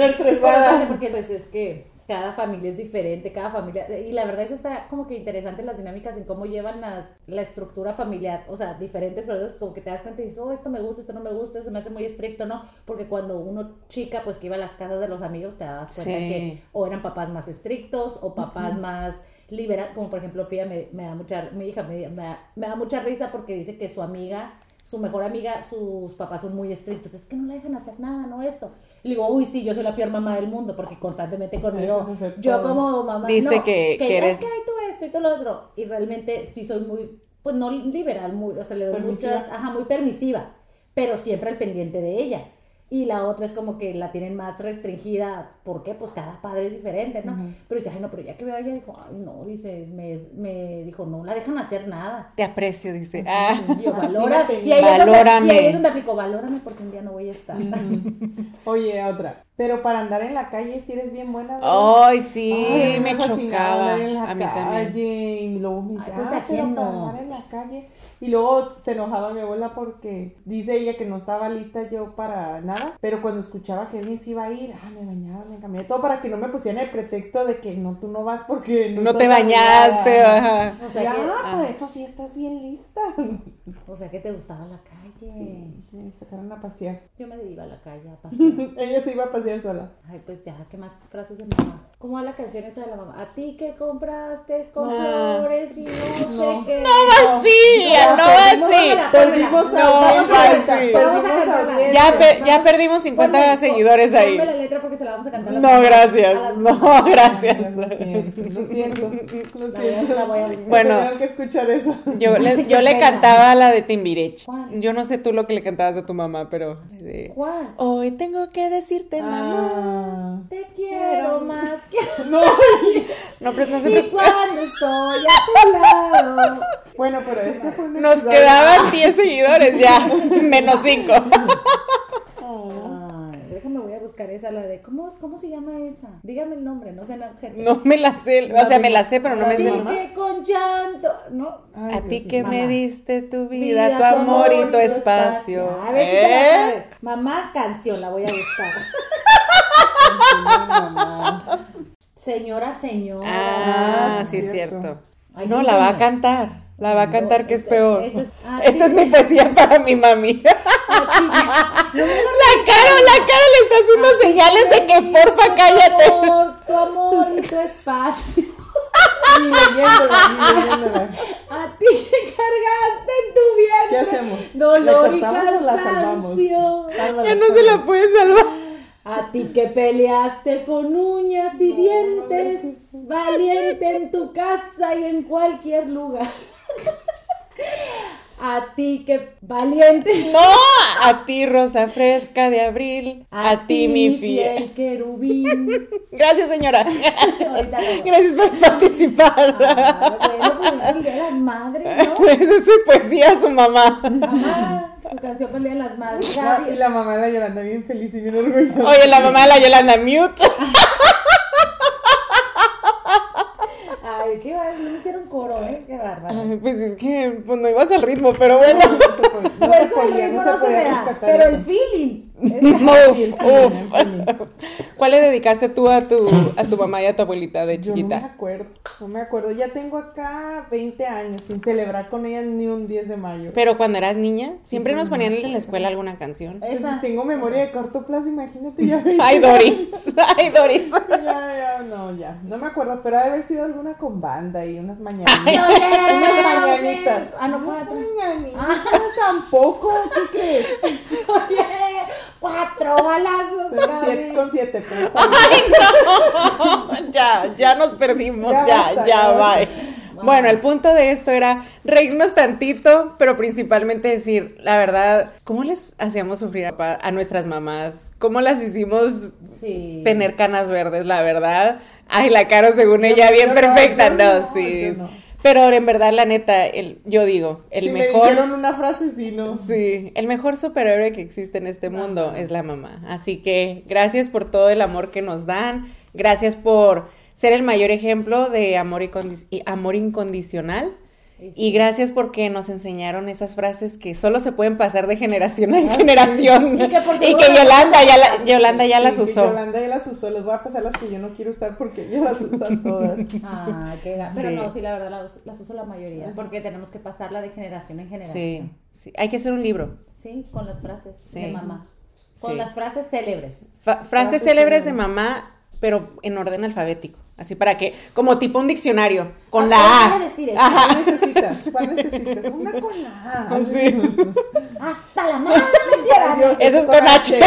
[SPEAKER 4] Aparte,
[SPEAKER 2] estresada.
[SPEAKER 4] Porque pues es que cada familia es diferente, cada familia... Y la verdad eso está como que interesante las dinámicas en cómo llevan las, la estructura familiar. O sea, diferentes personas como que te das cuenta y dices, oh, esto me gusta, esto no me gusta, eso me hace muy estricto, ¿no? Porque cuando uno chica, pues que iba a las casas de los amigos, te dabas cuenta
[SPEAKER 3] Sí.
[SPEAKER 4] que o eran papás más estrictos o papás más libera como por ejemplo Pía me, me da mucha mi hija me, me da, me da mucha risa porque dice que su amiga su mejor amiga sus papás son muy estrictos es que no la dejan hacer nada no esto y le digo uy sí yo soy la peor mamá del mundo porque constantemente conmigo
[SPEAKER 2] Dejas hacer
[SPEAKER 4] yo
[SPEAKER 2] todo.
[SPEAKER 4] como mamá
[SPEAKER 3] Dice
[SPEAKER 4] no,
[SPEAKER 3] que- que
[SPEAKER 4] es
[SPEAKER 3] eres-
[SPEAKER 4] que hay todo esto y todo lo otro y realmente sí soy muy pues no liberal muy o sea le doy
[SPEAKER 2] Permisiva.
[SPEAKER 4] muchas ajá muy permisiva pero siempre al pendiente de ella y la otra es como que la tienen más restringida. ¿Por qué? Pues cada padre es diferente, ¿no? Pero dice, ay, no, pero ya que veo a ella, dijo, ay, no, dice, me, me dijo, no la dejan hacer nada.
[SPEAKER 3] Te aprecio, dice. Ah.
[SPEAKER 4] Y yo,
[SPEAKER 2] Así la
[SPEAKER 4] valora,
[SPEAKER 2] tenía.
[SPEAKER 4] y ahí es donde-
[SPEAKER 3] Valórame.
[SPEAKER 4] Y ahí es donde aplicó, valórame porque un día no voy a estar.
[SPEAKER 2] Mm. Oye, otra. Pero para andar en la calle, si eres bien buena. ¿verdad?
[SPEAKER 3] Ay, sí,
[SPEAKER 2] Ay,
[SPEAKER 3] me
[SPEAKER 2] fascinaba
[SPEAKER 3] chocaba.
[SPEAKER 2] andar en la
[SPEAKER 3] A mí también.
[SPEAKER 2] calle, Y luego me dice,
[SPEAKER 4] Ay, pues,
[SPEAKER 2] "Ah,
[SPEAKER 4] ¿a quién
[SPEAKER 2] pero para
[SPEAKER 4] no?"
[SPEAKER 2] andar en la calle. Y luego se enojaba mi abuela porque dice ella que no estaba lista yo para nada. Pero cuando escuchaba que alguien se iba a ir, ah, me bañaba, me cambiaba. Todo para que no me pusieran el pretexto de que no, tú no vas porque no,
[SPEAKER 3] No te
[SPEAKER 2] estás
[SPEAKER 3] bañaste,
[SPEAKER 2] bañada".
[SPEAKER 3] ajá.
[SPEAKER 4] O sea,
[SPEAKER 2] Ya,
[SPEAKER 4] que,
[SPEAKER 2] "Ah, para eso sí estás bien lista.
[SPEAKER 4] o sea que te gustaba la calle.
[SPEAKER 2] Sí, me sacaron a pasear.
[SPEAKER 4] Yo me iba a la calle a pasear.
[SPEAKER 2] Ella se iba a pasear sola.
[SPEAKER 4] Ay, pues ya, ¿qué más frases de mamá? ¿Cómo va la canción esa de la mamá? ¿A ti que compraste con
[SPEAKER 3] Ah.
[SPEAKER 4] flores y no, sé
[SPEAKER 2] No.
[SPEAKER 4] qué?
[SPEAKER 3] Sí, ah,
[SPEAKER 2] Ya,
[SPEAKER 3] no
[SPEAKER 2] perdimos
[SPEAKER 3] así.
[SPEAKER 4] la-
[SPEAKER 2] Perdimos
[SPEAKER 4] No,
[SPEAKER 2] audiencia.
[SPEAKER 3] vamos a-
[SPEAKER 2] ahorita,
[SPEAKER 4] vamos a
[SPEAKER 2] perdimos
[SPEAKER 4] cantarla.
[SPEAKER 2] audiencia.
[SPEAKER 3] Ya, pe- ya perdimos 50
[SPEAKER 4] Ponme-
[SPEAKER 3] seguidores ahí.
[SPEAKER 4] Ponme la letra porque se la vamos a cantar. a las
[SPEAKER 3] No,
[SPEAKER 4] mamás,
[SPEAKER 3] gracias.
[SPEAKER 4] a las mamás.
[SPEAKER 3] No, gracias.
[SPEAKER 2] Lo siento, lo siento. Lo
[SPEAKER 4] La
[SPEAKER 2] siento.
[SPEAKER 4] voy a- la voy a buscar.
[SPEAKER 3] Bueno.
[SPEAKER 2] Tengo que escuchar eso.
[SPEAKER 3] Yo le, yo le
[SPEAKER 4] pena.
[SPEAKER 3] cantaba la de Timbirech.
[SPEAKER 4] ¿Cuál?
[SPEAKER 3] Yo no sé tú lo que le cantabas a tu mamá, pero. de-
[SPEAKER 4] ¿Cuál?
[SPEAKER 3] Hoy tengo que decirte, mamá.
[SPEAKER 2] Ah.
[SPEAKER 4] Te quiero más que.
[SPEAKER 2] No.
[SPEAKER 3] No, pero no se
[SPEAKER 4] Y
[SPEAKER 3] me-
[SPEAKER 4] cuando estoy a tu lado.
[SPEAKER 2] Bueno, pero este fue un
[SPEAKER 3] Nos
[SPEAKER 2] episodio-
[SPEAKER 3] quedaban 10 seguidores ya, menos 5.
[SPEAKER 2] Oh.
[SPEAKER 4] Ay, déjame, voy a buscar esa, la de. ¿Cómo, cómo se llama esa? Dígame el nombre, no sean objetos.
[SPEAKER 3] No me la sé, o sea, me la sé, pero no me sé.
[SPEAKER 4] Así que con llanto. No.
[SPEAKER 2] Ay,
[SPEAKER 3] A
[SPEAKER 2] Dios
[SPEAKER 3] ti
[SPEAKER 2] mío.
[SPEAKER 3] que
[SPEAKER 4] Mamá.
[SPEAKER 3] me diste tu vida, tu amor y tu espacio.
[SPEAKER 4] A ver si te la
[SPEAKER 3] ¿Eh?
[SPEAKER 4] sabes. Mamá, canción, la voy a buscar. Señora, señora.
[SPEAKER 3] Ah,
[SPEAKER 2] Ah,
[SPEAKER 3] sí, es
[SPEAKER 2] cierto.
[SPEAKER 3] cierto.
[SPEAKER 4] Ay,
[SPEAKER 3] No, la va a
[SPEAKER 4] cuéntame.
[SPEAKER 3] cantar. La va a
[SPEAKER 4] No,
[SPEAKER 3] cantar que es
[SPEAKER 4] este-
[SPEAKER 3] peor.
[SPEAKER 4] este es- ah,
[SPEAKER 3] Esta
[SPEAKER 4] sí. Ah,
[SPEAKER 3] es mi poesía para mi mami. La cara, la cara le está haciendo señales de que porfa
[SPEAKER 4] Tu
[SPEAKER 3] cállate.
[SPEAKER 4] amor, tu amor y tu espacio.
[SPEAKER 2] Ni leyéndola, ni leyéndola.
[SPEAKER 4] A ti que cargaste en tu vientre.
[SPEAKER 2] ¿Qué hacemos?
[SPEAKER 4] Dolor y
[SPEAKER 2] ¿La cortamos o la salvamos?
[SPEAKER 4] cansancio.
[SPEAKER 2] Sálvala,
[SPEAKER 3] Ya no se la puede salvar.
[SPEAKER 4] A ti que peleaste con uñas y
[SPEAKER 2] No,
[SPEAKER 4] dientes, valiente en tu casa y en cualquier lugar. A ti que valiente.
[SPEAKER 3] No, a ti rosa fresca de abril, a ti mi fiel.
[SPEAKER 4] querubín.
[SPEAKER 3] Gracias señora.
[SPEAKER 4] Ahorita lo-
[SPEAKER 3] Gracias por participar.
[SPEAKER 4] Ah, bueno, pues es el Día de las Madres, ¿no?
[SPEAKER 3] Esa es su poesía, pues su mamá.
[SPEAKER 4] Mamá, tu canción para el Día de las Madres.
[SPEAKER 2] Ah, Y la mamá de la Yolanda bien feliz y bien orgullosa.
[SPEAKER 3] Oye, la mamá de la Yolanda, mute.
[SPEAKER 4] Oye, Vals, no me hicieron coro, ¿eh? Qué bárbaro.
[SPEAKER 3] Ay, Pues es que pues, no ibas al ritmo, pero bueno.
[SPEAKER 2] No
[SPEAKER 4] Por
[SPEAKER 2] se
[SPEAKER 4] eso el
[SPEAKER 2] podía,
[SPEAKER 4] ritmo Pues
[SPEAKER 2] se
[SPEAKER 4] no se
[SPEAKER 2] podía
[SPEAKER 4] me da,
[SPEAKER 2] rescatar
[SPEAKER 4] pero el
[SPEAKER 2] eso.
[SPEAKER 4] feeling. es-
[SPEAKER 3] Uf, uf. ¿Cuál le dedicaste tú a tu, a tu mamá y a tu abuelita de
[SPEAKER 2] Yo no me
[SPEAKER 3] chiquita?
[SPEAKER 2] acuerdo, no me acuerdo. Ya tengo acá 20 años sin celebrar con ella ni un 10 de mayo.
[SPEAKER 3] Pero cuando eras niña, siempre nos
[SPEAKER 2] no
[SPEAKER 3] ponían en la escuela alguna canción.
[SPEAKER 2] Entonces,
[SPEAKER 4] Esa.
[SPEAKER 2] tengo memoria de corto plazo, imagínate ya 20
[SPEAKER 3] Ay, Doris. Ay, Doris.
[SPEAKER 2] Ya, ya, no, ya. No me acuerdo, pero ha de haber sido alguna con banda y unas
[SPEAKER 4] Ay,
[SPEAKER 2] mañanitas. Unas mañanitas.
[SPEAKER 4] mañanitas. Ah, no,
[SPEAKER 2] Unas
[SPEAKER 4] cuatro. Ah.
[SPEAKER 2] mañanitas. Tampoco. ¿Tú qué?
[SPEAKER 4] Oye, cuatro balazos.
[SPEAKER 2] Con
[SPEAKER 4] Gaby.
[SPEAKER 2] siete, con siete, pero está bien.
[SPEAKER 3] ya, ya nos perdimos,
[SPEAKER 2] Ya
[SPEAKER 3] ya, ya,
[SPEAKER 2] basta, ya basta.
[SPEAKER 3] bye. Bueno, el punto de esto era reírnos tantito, pero principalmente decir, la verdad, ¿cómo les hacíamos sufrir a, pa- a nuestras mamás? ¿Cómo las hicimos
[SPEAKER 4] Sí.
[SPEAKER 3] tener canas verdes, la verdad? Ay, la cara según ella, bien
[SPEAKER 2] yo no,
[SPEAKER 3] perfecta,
[SPEAKER 2] yo
[SPEAKER 3] no,
[SPEAKER 2] no,
[SPEAKER 3] sí.
[SPEAKER 2] yo no.
[SPEAKER 3] Pero en verdad, la neta, el, yo digo, el
[SPEAKER 2] Si me
[SPEAKER 3] mejor...
[SPEAKER 2] dijeron una frase, sí, no.
[SPEAKER 3] Sí, el mejor superhéroe que existe en este mundo es la mamá. Así que gracias por todo el amor que nos dan. Gracias por ser el mayor ejemplo de amor, y condi- y amor incondicional. Y gracias porque nos enseñaron esas frases que solo se pueden pasar de generación en generación.
[SPEAKER 4] Y que por
[SPEAKER 3] Y
[SPEAKER 4] seguro
[SPEAKER 3] que
[SPEAKER 4] las
[SPEAKER 3] Yolanda ya, la- Yolanda ya
[SPEAKER 2] Sí,
[SPEAKER 3] las
[SPEAKER 2] que
[SPEAKER 3] usó.
[SPEAKER 2] Yolanda ya las usó. Les voy a pasar las que yo no quiero usar porque ella las usa todas.
[SPEAKER 4] Ah, qué ga- Pero
[SPEAKER 3] Sí.
[SPEAKER 4] no, sí, la verdad las, las uso la mayoría. Porque tenemos que pasarla de generación en
[SPEAKER 3] Sí,
[SPEAKER 4] generación.
[SPEAKER 3] sí. hay que hacer un libro.
[SPEAKER 4] Sí. con las frases
[SPEAKER 3] Sí.
[SPEAKER 4] de mamá. Con
[SPEAKER 3] Sí.
[SPEAKER 4] las frases célebres.
[SPEAKER 3] Fa- frases,
[SPEAKER 2] Frases
[SPEAKER 3] célebres de
[SPEAKER 2] célebres.
[SPEAKER 3] mamá, pero en orden alfabético. Así para que, como tipo un diccionario, con
[SPEAKER 4] Ah,
[SPEAKER 3] la
[SPEAKER 4] ¿cómo
[SPEAKER 3] A.
[SPEAKER 4] voy a decir eso?
[SPEAKER 2] ¿Cuál necesitas? ¿Cuál necesitas? Una con la
[SPEAKER 3] Ah,
[SPEAKER 2] A.
[SPEAKER 4] ¡Hasta la madre me tierra!
[SPEAKER 2] Ay, Dios,
[SPEAKER 3] Eso es
[SPEAKER 2] con
[SPEAKER 3] con H.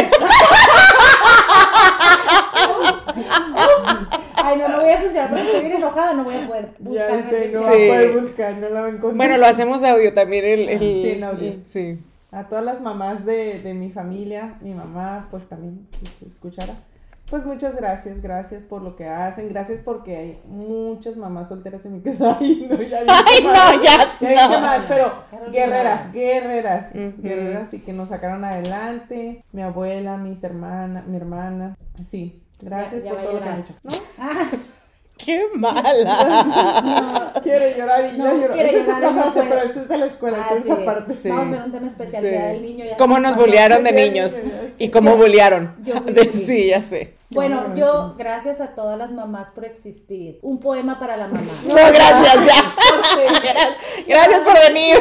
[SPEAKER 4] Ay, no, no voy a funcionar porque estoy bien enojada, no voy a poder buscar
[SPEAKER 2] Ya
[SPEAKER 4] en
[SPEAKER 2] sé,
[SPEAKER 4] el
[SPEAKER 2] no va a
[SPEAKER 3] Sí.
[SPEAKER 2] poder buscar, no la va a encontrar.
[SPEAKER 3] Bueno, lo hacemos audio también el, el-
[SPEAKER 2] Sí, en audio.
[SPEAKER 3] Sí.
[SPEAKER 2] A todas las mamás de, de mi familia, mi mamá, pues también, si se escuchara. Pues muchas gracias, gracias por lo que hacen, gracias porque hay muchas mamás solteras en mi casa. Ay, no, ya vi
[SPEAKER 3] Ay,
[SPEAKER 2] que más,
[SPEAKER 3] no, ya,
[SPEAKER 2] vi
[SPEAKER 3] no.
[SPEAKER 2] que más, pero
[SPEAKER 4] Carolina.
[SPEAKER 2] guerreras, guerreras,
[SPEAKER 3] Ujú.
[SPEAKER 2] guerreras y que nos sacaron adelante, mi abuela, mis hermanas, mi hermana, sí, gracias
[SPEAKER 4] Ya- ya
[SPEAKER 2] por
[SPEAKER 4] va a
[SPEAKER 2] todo lo que han
[SPEAKER 4] llorar.
[SPEAKER 2] hecho. No,
[SPEAKER 3] ¡Qué mala!
[SPEAKER 2] quiere llorar y
[SPEAKER 4] No,
[SPEAKER 2] ya lloró.
[SPEAKER 4] quiere
[SPEAKER 2] Esa
[SPEAKER 4] llorar
[SPEAKER 2] es
[SPEAKER 4] y
[SPEAKER 2] otra
[SPEAKER 4] no
[SPEAKER 2] frase,
[SPEAKER 4] puede.
[SPEAKER 2] pero esa es de la escuela, esa
[SPEAKER 4] Ah,
[SPEAKER 2] es esa
[SPEAKER 4] sí.
[SPEAKER 2] parte.
[SPEAKER 3] Sí.
[SPEAKER 4] Vamos a hacer un tema especial
[SPEAKER 3] Sí.
[SPEAKER 4] Día del niño. ya
[SPEAKER 3] ¿Cómo
[SPEAKER 4] que
[SPEAKER 3] nos
[SPEAKER 4] pasó.
[SPEAKER 3] bullearon de
[SPEAKER 2] Ya, ya,
[SPEAKER 3] niños?
[SPEAKER 2] ya, sí.
[SPEAKER 3] ¿Y cómo bullearon?
[SPEAKER 4] yo fui bully.
[SPEAKER 3] Sí, ya sé.
[SPEAKER 4] Bueno, yo, gracias a todas las mamás por existir. Un poema para la mamá.
[SPEAKER 3] No, gracias, ya. Gracias por venir.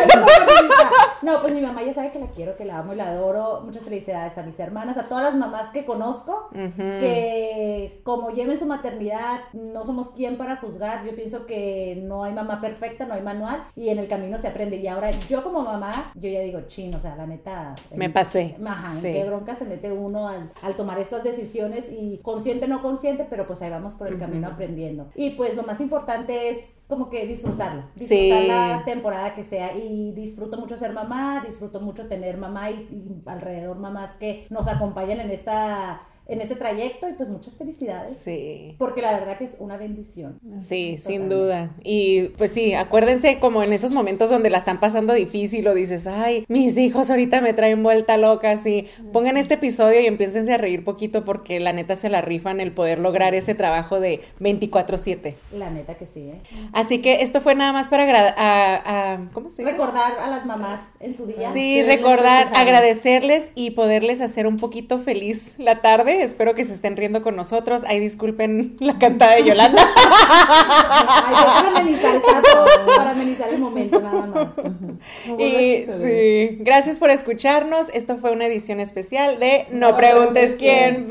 [SPEAKER 4] No, pues mi mamá ya sabe que la quiero, que la amo y la adoro. Muchas felicidades a mis hermanas, a todas las mamás que conozco, que como lleven su maternidad, no somos quien para juzgar. Yo pienso que no hay mamá perfecta, no hay manual y en el camino se aprende. Y ahora yo como mamá, yo ya digo, chin, o sea, la neta.
[SPEAKER 3] Me
[SPEAKER 4] en-
[SPEAKER 3] pasé.
[SPEAKER 4] Ajá, en
[SPEAKER 3] Sí.
[SPEAKER 4] qué bronca se mete uno al, al tomar estas decisiones y consciente, no consciente, pero pues ahí vamos por el camino aprendiendo. Y pues lo más importante es como que disfrutarlo, disfrutar
[SPEAKER 3] Sí.
[SPEAKER 4] la temporada que sea y disfruto mucho ser mamá, disfruto mucho tener mamá y, y alrededor mamás que nos acompañan en esta en este trayecto y pues muchas felicidades.
[SPEAKER 3] Sí.
[SPEAKER 4] Porque la verdad que es una bendición.
[SPEAKER 3] Sí, sin
[SPEAKER 4] Totalmente.
[SPEAKER 3] duda. Y pues sí, acuérdense como en esos momentos donde la están pasando difícil o dices, ay, mis hijos ahorita me traen vuelta loca, así. Pongan este episodio y empiénsense a reír poquito porque la neta se la rifan el poder lograr ese trabajo de 24/7.
[SPEAKER 4] La neta que sí, ¿eh?
[SPEAKER 3] Así que esto fue nada más para agra- a- a- ¿cómo se dice?
[SPEAKER 4] Recordar a las mamás en su día.
[SPEAKER 3] Sí,
[SPEAKER 2] Hacerles
[SPEAKER 3] recordar,
[SPEAKER 2] festejar.
[SPEAKER 3] agradecerles y poderles hacer un poquito feliz la tarde. Espero que se estén riendo con nosotros. Ay, disculpen la cantada de Yolanda.
[SPEAKER 4] Ay, yo para amenizar está todo, para amenizar el momento nada más.
[SPEAKER 2] No vuelva a
[SPEAKER 3] Y
[SPEAKER 2] suceder.
[SPEAKER 3] sí, gracias por escucharnos. Esto fue una edición especial de No, preguntes quién.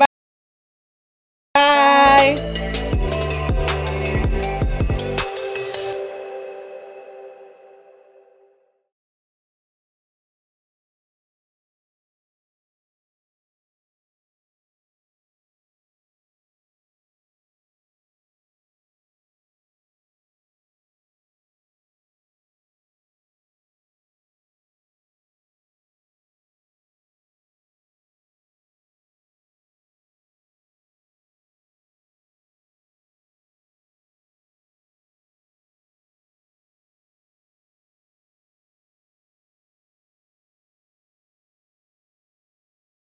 [SPEAKER 3] Bye.